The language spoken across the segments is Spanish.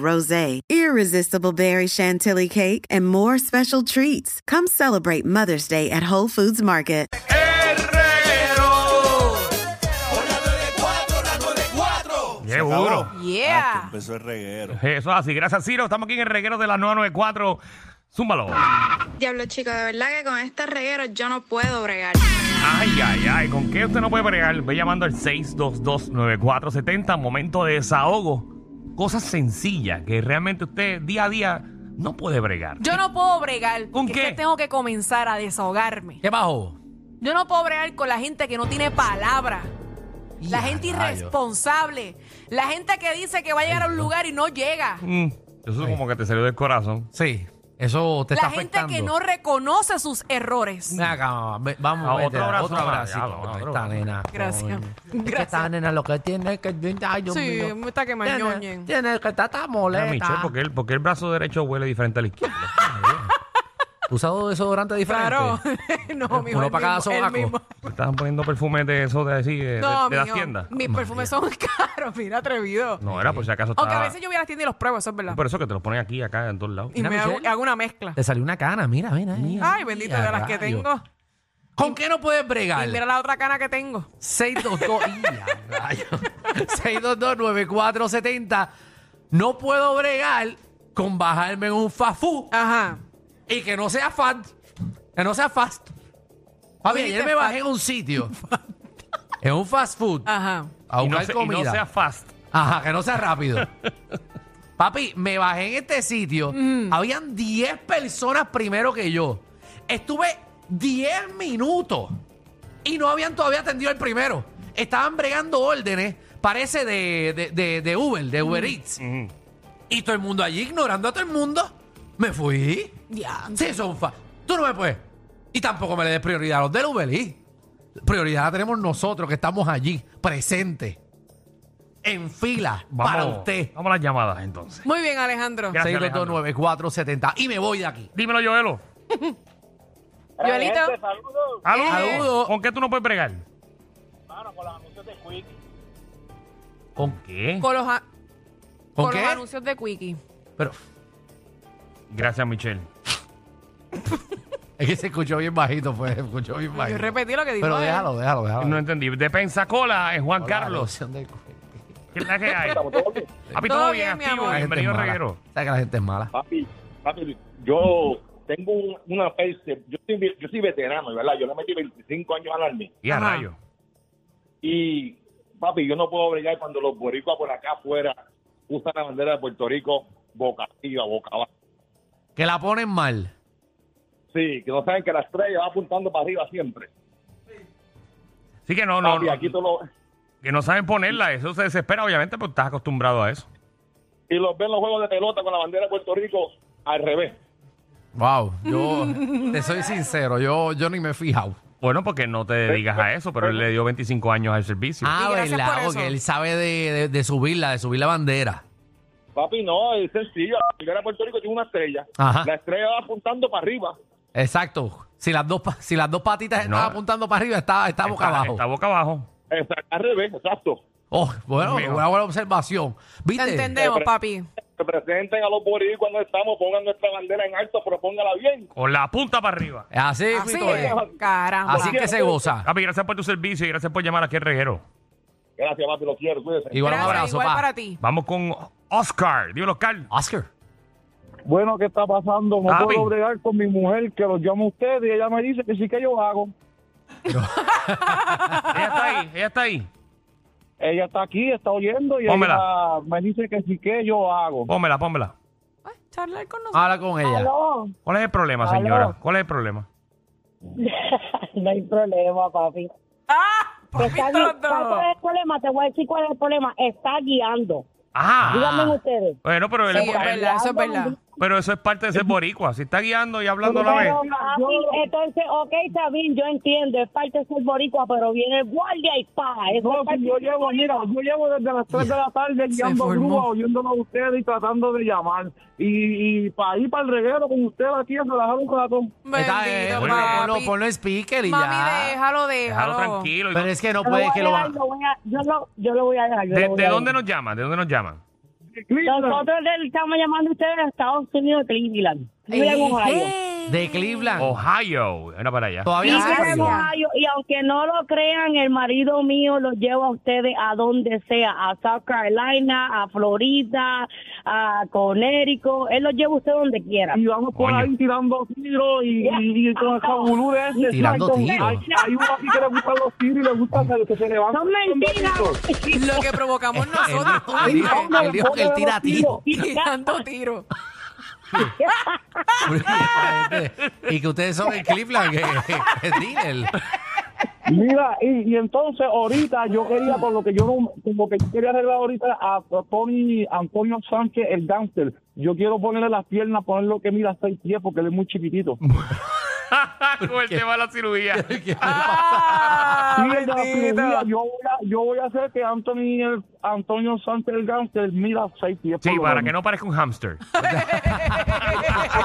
rosé, irresistible berry chantilly cake, and more special treats. Come celebrate Mother's Day at Whole Foods Market. El reguero. Por la 94, la 94. Seguro. Yeah. Ah, que empezó el reguero. Eso es así. Gracias, Ciro. Estamos aquí en el reguero de la 994. Zúmbalo. Diablo, chico, de verdad que con este reguero yo no puedo bregar. Ay, ay, ay. ¿Con qué usted no puede bregar? Ve llamando al 622-9470. Momento de desahogo. Cosas sencillas que realmente usted día a día no puede bregar. Yo no puedo bregar. ¿Con porque es qué? que tengo que comenzar a desahogarme. ¿Qué bajo? Yo no puedo bregar con la gente que no tiene palabra. La Ya, gente rayos. irresponsable. La gente que dice que va a llegar a un lugar y no llega. Mm, eso es como que te salió del corazón. Sí, eso te La está gente afectando. que no reconoce sus errores. Ven acá, mamá, ve- vamos Ah, vete, otro da, abrazo, Otro mamá, abracito. diablo, No, otro esta abrazo. nena. Gracias. coño. Es que Esta Gracias. nena lo que tiene es que. Ay, Dios Sí, mío. me está que me Tiene- ñoñen. Tiene que estar tan Mira, Ah, Michelle, molesta. ¿por qué, el, por qué el brazo derecho huele diferente al izquierdo? Usado desodorante diferente. Claro. no, mijo, Uno el para cada mismo, el sobaco. mismo. ¿Te estaban poniendo perfumes de eso de así, de, No, de- de las mijo, tiendas? Mis perfumes son caros, mira, atrevido. No, era por si acaso Aunque estaba- a veces yo voy a las tiendas y los pruebo, eso es verdad. Por eso que te los ponen aquí, acá, en todos lados. Y me hago, Michelle. hago una mezcla. Te salió una cana, mira, mira. mira. Ay, bendito de Mira, las que rayos. tengo. ¿Con qué no puedes bregar? Y mira la otra cana que tengo. 622 Ia, rayos. 622-9470. No puedo bregar con bajarme en un fafú Ajá. y que no sea fat. Que no sea fast. Papi, Dijiste ayer me fat. bajé en un sitio. en un fast food. Ajá. A Ah. Y no, buscar se- y comida. no sea fast. Ajá, que no sea rápido. Papi, me bajé en este sitio. Habían 10 personas primero que yo. Estuve 10 minutos y no habían todavía atendido el primero. Estaban bregando órdenes, parece de, de- de- de Uber, de Uber Eats. Y todo el mundo allí, ignorando a todo el mundo. Me fui. Ya. Sí, son fa. Tú no me puedes. Y tampoco me le des prioridad a los del Uber Eats. Prioridad la tenemos nosotros que estamos allí, presentes, en fila, Vamos, para usted. Vamos a las llamadas, entonces. Muy bien, Alejandro. Gracias, Alejandro. 6229470. Y me voy de aquí. Dímelo, Joelo. Joelito. saludos. Saludos. Saludos. ¿Con qué tú no puedes bregar? Mano, con los anuncios de Quick. ¿Con qué? Con los, a- ¿Con con qué? los anuncios de Quickie. Pero Gracias, Michelle. es que se escuchó bien bajito, pues. Se escuchó bien Yo bajito. repetí lo que dijo. Pero él. déjalo, déjalo, déjalo. No entendí. De Pensacola, es Juan Hola, Carlos. la loción del cu- ¿Qué es la que hay? Papi, Todo todo bien, bien, mi activo. amor. La gente es Bienvenido, mala. reguero. Sabes que la gente es mala. Papi, papi, yo tengo un- una face. Yo soy, ve- yo soy veterano, ¿verdad? Yo le metí 25 años al Army. Y a Ajá. rayo. Y, papi, yo no puedo bregar cuando los boricuas por acá afuera usan la bandera de Puerto Rico boca arriba, boca abajo. Que la ponen mal. Sí, que no saben que la estrella va apuntando para arriba siempre. Así que no, no, papi, no, aquí todos los- que no saben ponerla. Eso se desespera, obviamente, porque estás acostumbrado a eso. Y los ven los juegos de pelota con la bandera de Puerto Rico al revés. Wow. Yo te soy sincero, yo, yo ni me he fijado. Bueno, porque no te dedicas a eso, pero él le dio 25 años al servicio. Ah, Y gracias verdad, por eso. porque él sabe de, de- de subirla, de subir la bandera. Papi, no, es sencillo. La bandera de Puerto Rico tiene una estrella. Ajá. La estrella va apuntando para arriba. Exacto. Si las dos, pa- si las dos patitas No. están apuntando para arriba, está, está boca Está- abajo. Está boca abajo. Exacto, al revés, exacto. Oh, bueno, Mijo. una buena observación. Te ¿Viste? entendemos, papi. Representen a los boricuas cuando estamos, pongan nuestra bandera en alto, pero póngala bien. Con la punta para arriba. Así, Así Fito, es. es. Caramba. Así que se goza. Papi, gracias por tu servicio y gracias por llamar aquí al reguero. Gracias, papi, lo quiero, cuídense. Igual un Gracias, abrazo, igual pa. para ti. Vamos con Oscar. Dímelo, Oscar. Oscar. Bueno, ¿qué está pasando? No Papi. puedo bregar con mi mujer que los llama a ustedes y ella me dice que sí que yo hago. Ella está ahí, ella está ahí. Ella está aquí, está oyendo y Pónmela. Oh. ella me dice que sí que yo hago. Pónmela, pónmela. Ay, charlar con nosotros. Habla con ella. ¿Cuál es el problema, señora? ¿Cuál es el problema? No hay problema, papi. ¡Ah! Que ¡Papi está gui- ¿Sabes todo! cuál es el problema? Te voy a decir cuál es el problema. Está guiando. Ah. Díganme ustedes. Bueno, pero, él- Sí, es él- verdad, eso es verdad. pero eso es parte de ser boricua. Si está guiando y hablando a la vez. Pero, papi, entonces, ok, Sabín, yo entiendo. Es parte de ser boricua, pero viene el guardia y pa. Eso es No, parte si yo de ser llevo, boricua. mira, yo llevo desde las 3 de la tarde guiando formó. grúa, oyéndolo a ustedes y tratando de llamar. Y, y para ir para el reguero con ustedes aquí, se la un ratón. Está, eh, Bendito, ponlo, ponlo, papi. ponlo en speaker y Mami, ya. déjalo, Déjalo déjalo. tranquilo. y Pero no- es que no Yo lo voy puede a que lo dejar, baje. lo voy a- yo, lo, yo lo voy a dejar. yo ¿De, lo voy de a dónde dejar. nos llaman? ¿De dónde nos llaman? Nosotros le estamos llamando a ustedes de Estados Unidos, de Cleveland. Cleveland, Ohio. Ey. De Cleveland. Oh, Ohio. Era para allá. Todavía Y hace Gracias. queremos frío. a ellos, y aunque no lo crean, el marido mío los lleva a ustedes a donde sea, a South Carolina, a Florida, a Connecticut, él los lleva a usted donde quiera. Y vamos por Coño. ahí tirando tiros y, y, y con el cabulú de este. Tirando Exacto. tiros. Hay, hay uno aquí que le gustan los tiros y le gusta que, que se levanten. Son mentiras. Lo que provocamos nosotros. tú Él dijo- dime. él dijo que él tira tiro. Tirando tiro. y que ustedes son el Cleveland, que, que es dealer. Mira, y, y entonces ahorita yo quería, con lo que yo no, con lo que yo quería arreglar ahorita a Tony, Antonio Sánchez, el gánster, yo quiero ponerle las piernas, ponerlo que mira seis pies porque él es muy chiquitito. Con el tema de la cirugía. Ah, Mira, la bendito. cirugía, yo, voy a, yo voy a hacer que Anthony, el- Antonio Sánchez, el gánster, mira seis pies. Sí, por lo para que menos. no parezca un hamster.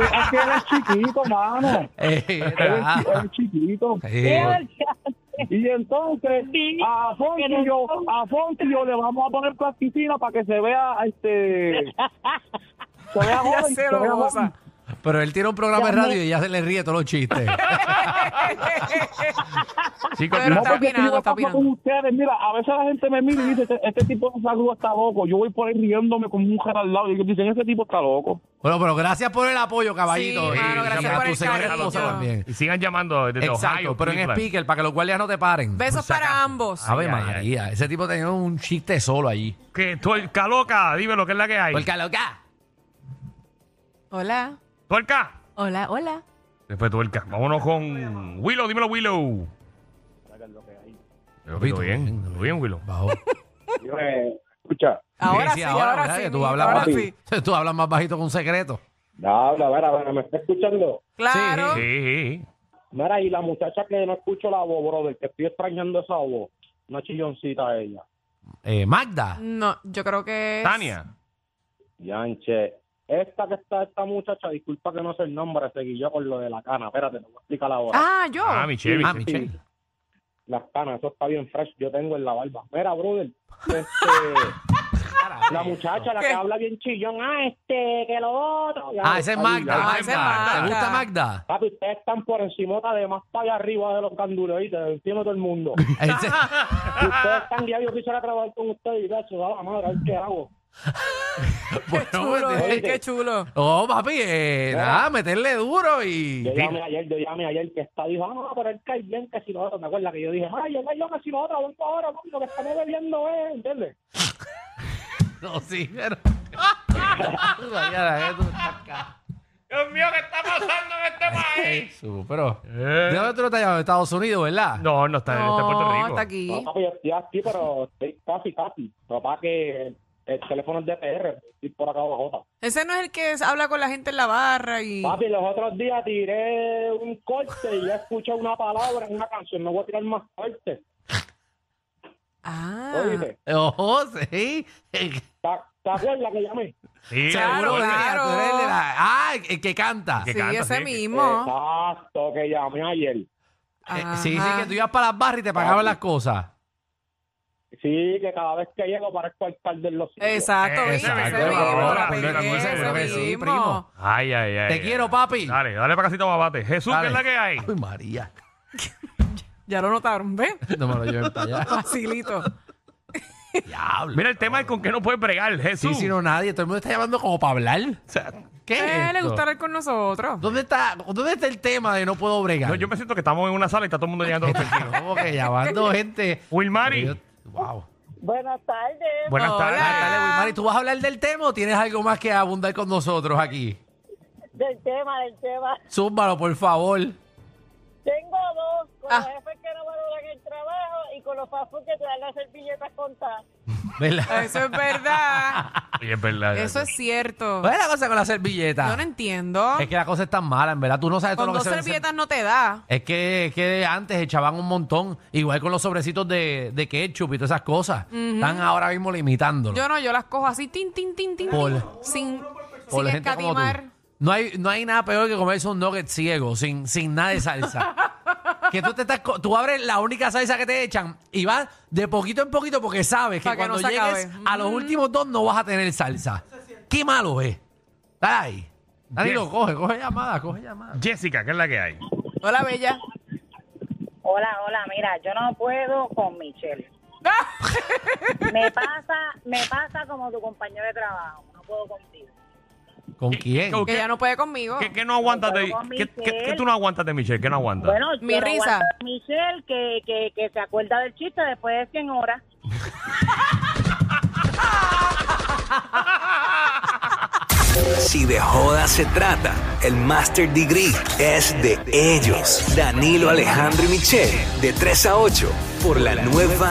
Es que él es chiquito, mano. Eh, Él es, él es chiquito. eh, Y entonces Sí, a pero Fontio, a Fontio le vamos a poner plasticina para que se vea este se vea Ya joven, se se vea lo joven. goza. pero él tiene un programa de Llamé. radio y ya se le ríe todos los chistes. Chicos, Pero No, está porque es que opinando, yo está paso con opinando. ustedes, mira, a veces la gente me mira y dice, este, este tipo de salud está loco. Yo voy por ahí riéndome como un jarra al lado y ellos dicen, ese tipo está loco. Bueno, pero gracias por el apoyo, caballito. Sí, mano, Y gracias a por tu el señora cariño. esposa también. y sigan llamando desde Exacto, Ohio. pero en Cleveland. speaker para que los guardias no te paren. Besos Por si para acaso. ambos. Ave Ay, ay, ay. María, ese tipo tenía un chiste solo allí. Que tuerca loca, dime lo que es la que hay. Porque loca. Hola. Tuerca. Hola, hola. Después tuerca. Vámonos con Willow, dímelo Willow. Lo pito bien, todo bien Willow. Bajo. eh, escucha, Ahora sí, ahora, ¿verdad? sí. Que tú mi- hablas ahora más, sí. tú hablas más bajito con un secreto. habla, ver, me está escuchando. Claro. Sí, sí, sí. Mira, y la muchacha que no escucho la voz, brother, que estoy extrañando esa voz. Una chilloncita ella. Eh, Magda. No, yo creo que es... Tania. Yanche, esta que está esta muchacha, disculpa que no sé el nombre, seguí yo con lo de la cana. Espérate, te voy a explicar ahora. Ah, yo. Ah, Michelle. Ah, Michelle. Michelle. Las canas, eso está bien fresh, yo tengo en la barba. Mira, brother, este, la muchacha, la ¿Qué? que habla bien chillón, ah, este, que lo otro. Ya, Ah, esa es ay, Magda. Ah, esa es Magda. ¿Te Magda. gusta Magda? ya. Papi, ustedes están por encimota de más para allá arriba de los candules, ¿viste? Encima de todo el mundo. Ese- Si ustedes están ya, yo quisiera trabajar con ustedes y eso, a la madre, a ver qué hago. Qué chulo, pues, eh, qué chulo. No, papi, eh, nada, meterle duro y. Yo llamé ayer, yo llamé ayer que está, dijo, ah, no, pero él cae bien que si lo otro, ¿te acuerdas? Que yo dije, ay, él cae bien que si lo otro, vengo ahora, papi, lo que estamos bebiendo es, ¿entiendes? No, sí, pero. Mañana, eh, tú estás acá. Dios mío, ¿qué está pasando en este país? Su, pero. ¿De dónde tú no estás llamando? De Estados Unidos, ¿verdad? No, no está, está en este Puerto No, Rico. está aquí. No, papi, yo estoy aquí, pero estoy casi, casi. Papá, que el teléfono es de PR, estoy por acá abajo. Ese no es el que habla con la gente en la barra y... Papi, los otros días tiré un corte y ya escuché una palabra en una canción, no voy a tirar más fuerte. Ah. Oíste, Oh, sí. ¿te te acuerdas que llamé? Sí, Seguro de golpe. que claro. eh, tú eres el de la- Ah, el que canta. Que Sí, canta, ese sí, que- mismo. Exacto, que llamé ayer. Eh, sí, sí, Ajá. que tú ibas para las barras y te pagaban las cosas. Sí, que cada vez que llego parezco al par de los cielos. Exacto, Eh, ¿viste? exacto, Ese la mismo, barra, papi, pues, la cosa, ese creo que sí, mismo. primo. Ay, ay, ay. Te ay. quiero, papi. Dale, dale para casita babate. Jesús, ¿qué es la que hay? Ay, María. Ya lo notaron, ¿ven? No me lo lleven para allá. Facilito. Diablo. Mira, el tema es con que no puedes bregar, Jesús. Sí, si no, nadie. Todo el mundo está llamando como para hablar. O sea, ¿Qué es Eh, le esto? gusta hablar con nosotros. ¿Dónde está, ¿Dónde está el tema de no puedo bregar? No, yo me siento que estamos en una sala y está todo el mundo llegando tranquilo. Como que llamando gente. Yo- Wilmari, Wow. Buenas tardes. buenas Hola. tardes. Buenas tardes, Wilmari. ¿Tú vas a hablar del tema o tienes algo más que abundar con nosotros aquí? Del tema, del tema. Zúmbalo, por favor. Tengo dos, con Ah. los jefes que no valoran el trabajo y con los fafos que te dan las servilletas contadas. ¿Verdad? Eso es verdad. Oye, es verdad. Eso es cierto. ¿Cuál es la cosa con la servilleta? Yo no entiendo. Es que la cosa es tan mala, en verdad. Tú no sabes todo Con lo dos que se le hace. servilletas no te da. Es que, es que antes echaban un montón, igual con los sobrecitos de, de ketchup y todas esas cosas. Están ahora mismo limitándolo. Yo no, yo las cojo así, tin, tin, tin, tin. Por- tin, sin Por sin gente como tú. escatimar. No hay, no hay nada peor que comerse un nugget ciego, sin, sin nada de salsa. que tú te estás co- tú abres la única salsa que te echan y vas de poquito en poquito porque sabes que Pa' que cuando no se llegues acabe. a los últimos dos no vas a tener salsa. Qué malo es. Dale ahí. Danilo, Yes. coge, coge llamada, coge llamada. Jessica, ¿qué es la que hay? Hola, bella. Hola, hola, mira, yo no puedo con Michelle. me pasa, me pasa como tu compañero de trabajo, no puedo contigo. Ah. ¿Con quién? ¿Con Que ella no puede conmigo. ¿Qué, qué no aguantas de Con ¿Qué, qué- Michelle. qué tú no aguantas de Michelle? ¿Qué no aguantas? Bueno, Mi yo no risa. aguanto a Michelle que, que, que se acuerda del chiste después de 100 horas. Si de joda se trata, el Master Degree es de ellos. Danilo Alejandro y Michelle, de 3 a 8, por la nueva